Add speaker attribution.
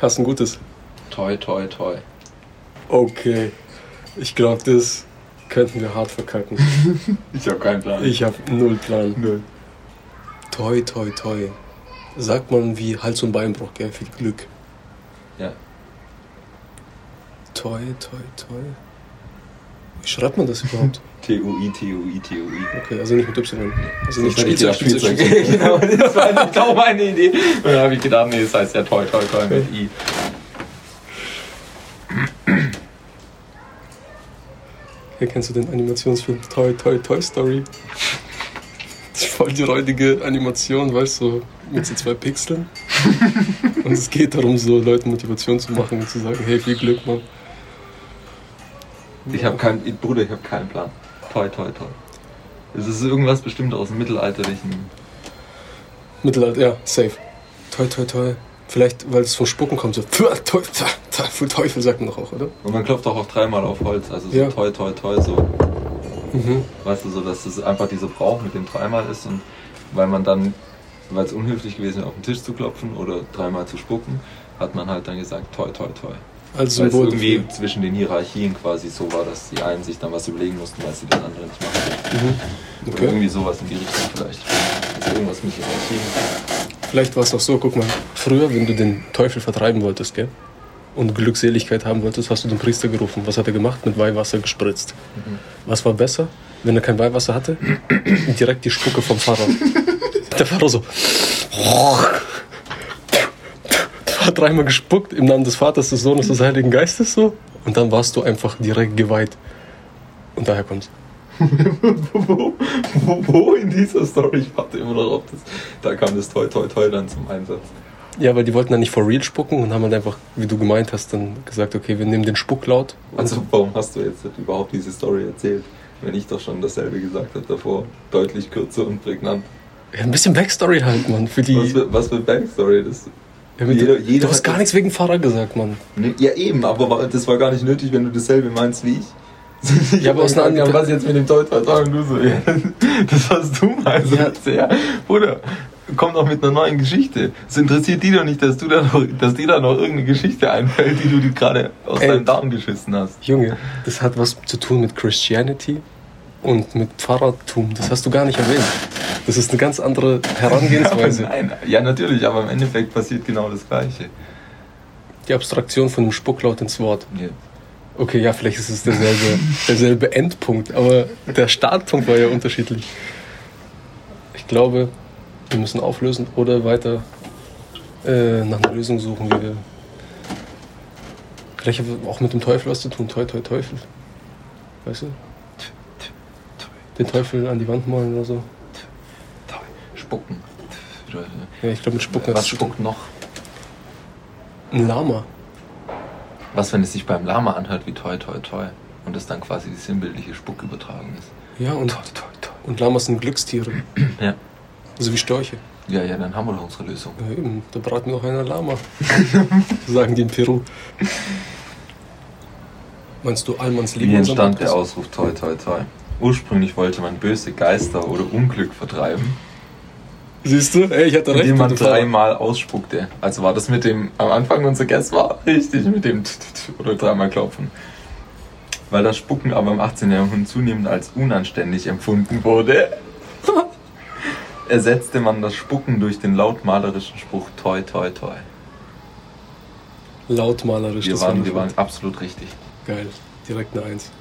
Speaker 1: Hast ein gutes.
Speaker 2: Toi, toi, toi.
Speaker 1: Okay. Ich glaube, das könnten wir hart verkacken.
Speaker 2: Ich habe keinen Plan.
Speaker 1: Ich habe null Plan.
Speaker 2: Nö.
Speaker 1: Toi, toi, toi. Sagt man wie Hals- und Beinbruch, gell? Viel Glück.
Speaker 2: Ja.
Speaker 1: Toi, toi, toi. Wie schreibt man das überhaupt?
Speaker 2: TUI, TUI, TUI.
Speaker 1: Okay, also nicht mit Y. Also nicht
Speaker 2: Das hätte ich gedacht, genau, das war nicht genau meine Idee. Und dann habe ich gedacht, nee, das heißt ja toi, toi, toi mit I.
Speaker 1: Hier kennst du den Animationsfilm Toy Toy Toy Story. Das ist voll die räudige Animation, weißt du, mit so zwei Pixeln. Und es geht darum, so Leuten Motivation zu machen und zu sagen, hey, viel Glück, Mann.
Speaker 2: Ich habe keinen, Bruder, ich habe keinen Plan. Toi, toi, toi. Es ist irgendwas bestimmt aus dem mittelalterlichen.
Speaker 1: Mittelalter, ja, safe. Toi, toi, toi. Vielleicht, weil es vom Spucken kommt, so Pfui, Teufel, Teufel, Teufel sagt man doch auch, oder?
Speaker 2: Und man klopft auch, auch dreimal auf Holz. Also so
Speaker 1: Ja.
Speaker 2: toi, toi, toi, so.
Speaker 1: Mhm.
Speaker 2: Weißt du, so, dass das einfach dieser Brauch mit dem dreimal ist und weil man dann, weil es unhöflich gewesen wäre, auf den Tisch zu klopfen oder dreimal zu spucken, hat man halt dann gesagt, toi, toi, toi.
Speaker 1: Als
Speaker 2: Weil es
Speaker 1: Symbol.
Speaker 2: irgendwie
Speaker 1: dafür.
Speaker 2: zwischen den Hierarchien quasi so war, dass die einen sich dann was überlegen mussten, weil sie den anderen nicht machen durften.
Speaker 1: Mhm.
Speaker 2: Oder
Speaker 1: Okay.
Speaker 2: irgendwie sowas in die Richtung vielleicht. Also irgendwas mit Hierarchien.
Speaker 1: Vielleicht war es auch so, guck mal, früher, wenn du den Teufel vertreiben wolltest, gell? Und Glückseligkeit haben wolltest, hast du den Priester gerufen. Was hat er gemacht? Mit Weihwasser gespritzt. Was war besser, wenn er kein Weihwasser hatte? Direkt die Spucke vom Pfarrer. Der Pfarrer so. Hat dreimal gespuckt im Namen des Vaters, des Sohnes, des Heiligen Geistes so. Und dann warst du einfach direkt geweiht. Und daher kommt's.
Speaker 2: wo, wo, wo in dieser Story, ich warte immer darauf, dass, da kam das toi, toi, toi dann zum Einsatz.
Speaker 1: Ja, weil die wollten dann nicht for real spucken und haben halt einfach, wie du gemeint hast, dann gesagt, okay, wir nehmen den Spucklaut. und-
Speaker 2: Also warum hast du jetzt überhaupt diese Story erzählt, wenn ich doch schon dasselbe gesagt habe davor? Deutlich kürzer und prägnant.
Speaker 1: Ja, ein bisschen Backstory halt, Mann, für die.
Speaker 2: Was für, was für Backstory das?
Speaker 1: ja, mit-
Speaker 2: jeder- jeder
Speaker 1: du hast
Speaker 2: hat
Speaker 1: gar
Speaker 2: das-
Speaker 1: nichts wegen Pfarrer gesagt, Mann.
Speaker 2: Ne, ja eben, aber wa- das war gar nicht nötig, wenn du dasselbe meinst wie ich.
Speaker 1: Ja, aber aus einer
Speaker 2: Ja,
Speaker 1: anderen-
Speaker 2: was jetzt mit dem toi, toi, toi und du so, ja, das hast du mal so
Speaker 1: Ja.
Speaker 2: sehr. Bruder, komm doch mit einer neuen Geschichte. Es interessiert die doch nicht, dass du da noch, dass dir da noch irgendeine Geschichte einfällt, die du dir gerade aus
Speaker 1: Ey.
Speaker 2: deinem Darm geschissen hast.
Speaker 1: Junge, das hat was zu tun mit Christianity und mit Pfarrertum. Das hast du gar nicht erwähnt. Das ist eine ganz andere
Speaker 2: Aber
Speaker 1: Herangehensweise.
Speaker 2: nein, ja natürlich, aber im Endeffekt passiert genau das Gleiche.
Speaker 1: Die Abstraktion von dem Spucklaut ins Wort.
Speaker 2: Nee.
Speaker 1: Okay, ja, vielleicht ist es derselbe, derselbe Endpunkt, aber der Startpunkt war ja unterschiedlich. Ich glaube, wir müssen auflösen oder weiter äh, nach einer Lösung suchen, wie wir. Vielleicht hat es auch mit dem Teufel was zu tun. Toi, toi, Teufel. Weißt du? Den Teufel an die Wand malen oder so.
Speaker 2: Spucken.
Speaker 1: Ja, ich glaube, mit Spucken hat's
Speaker 2: Was
Speaker 1: zu tun.
Speaker 2: spuckt noch?
Speaker 1: Ein Lama.
Speaker 2: Was, wenn es sich beim Lama anhört wie toi toi toi und es dann quasi die sinnbildliche Spuckübertragung ist?
Speaker 1: Ja, und, und Lamas sind Glückstiere.
Speaker 2: Ja.
Speaker 1: Also wie Störche.
Speaker 2: Ja, ja, dann haben wir doch unsere Lösung.
Speaker 1: Ja, eben, da braten wir auch einen Lama. Sagen die in Peru. Meinst du, Almans Liebe?
Speaker 2: Wie
Speaker 1: unserem
Speaker 2: entstand der
Speaker 1: Podcast?
Speaker 2: Ausruf toi toi toi? Ursprünglich wollte man böse Geister oder Unglück vertreiben,
Speaker 1: Siehst du? Ey, ich hatte recht.
Speaker 2: indem man
Speaker 1: mit dem Pfarrer.
Speaker 2: dreimal ausspuckte. Also war das mit dem, am Anfang unser Guess war richtig, mit dem t- t- t- oder dreimal klopfen. Weil das Spucken aber im 18. Jahrhundert zunehmend als unanständig empfunden wurde, ersetzte man das Spucken durch den lautmalerischen Spruch toi toi toi.
Speaker 1: Lautmalerisch.
Speaker 2: Wir
Speaker 1: das war
Speaker 2: waren,
Speaker 1: nicht
Speaker 2: wir waren absolut richtig.
Speaker 1: Geil. Direkt eine Eins.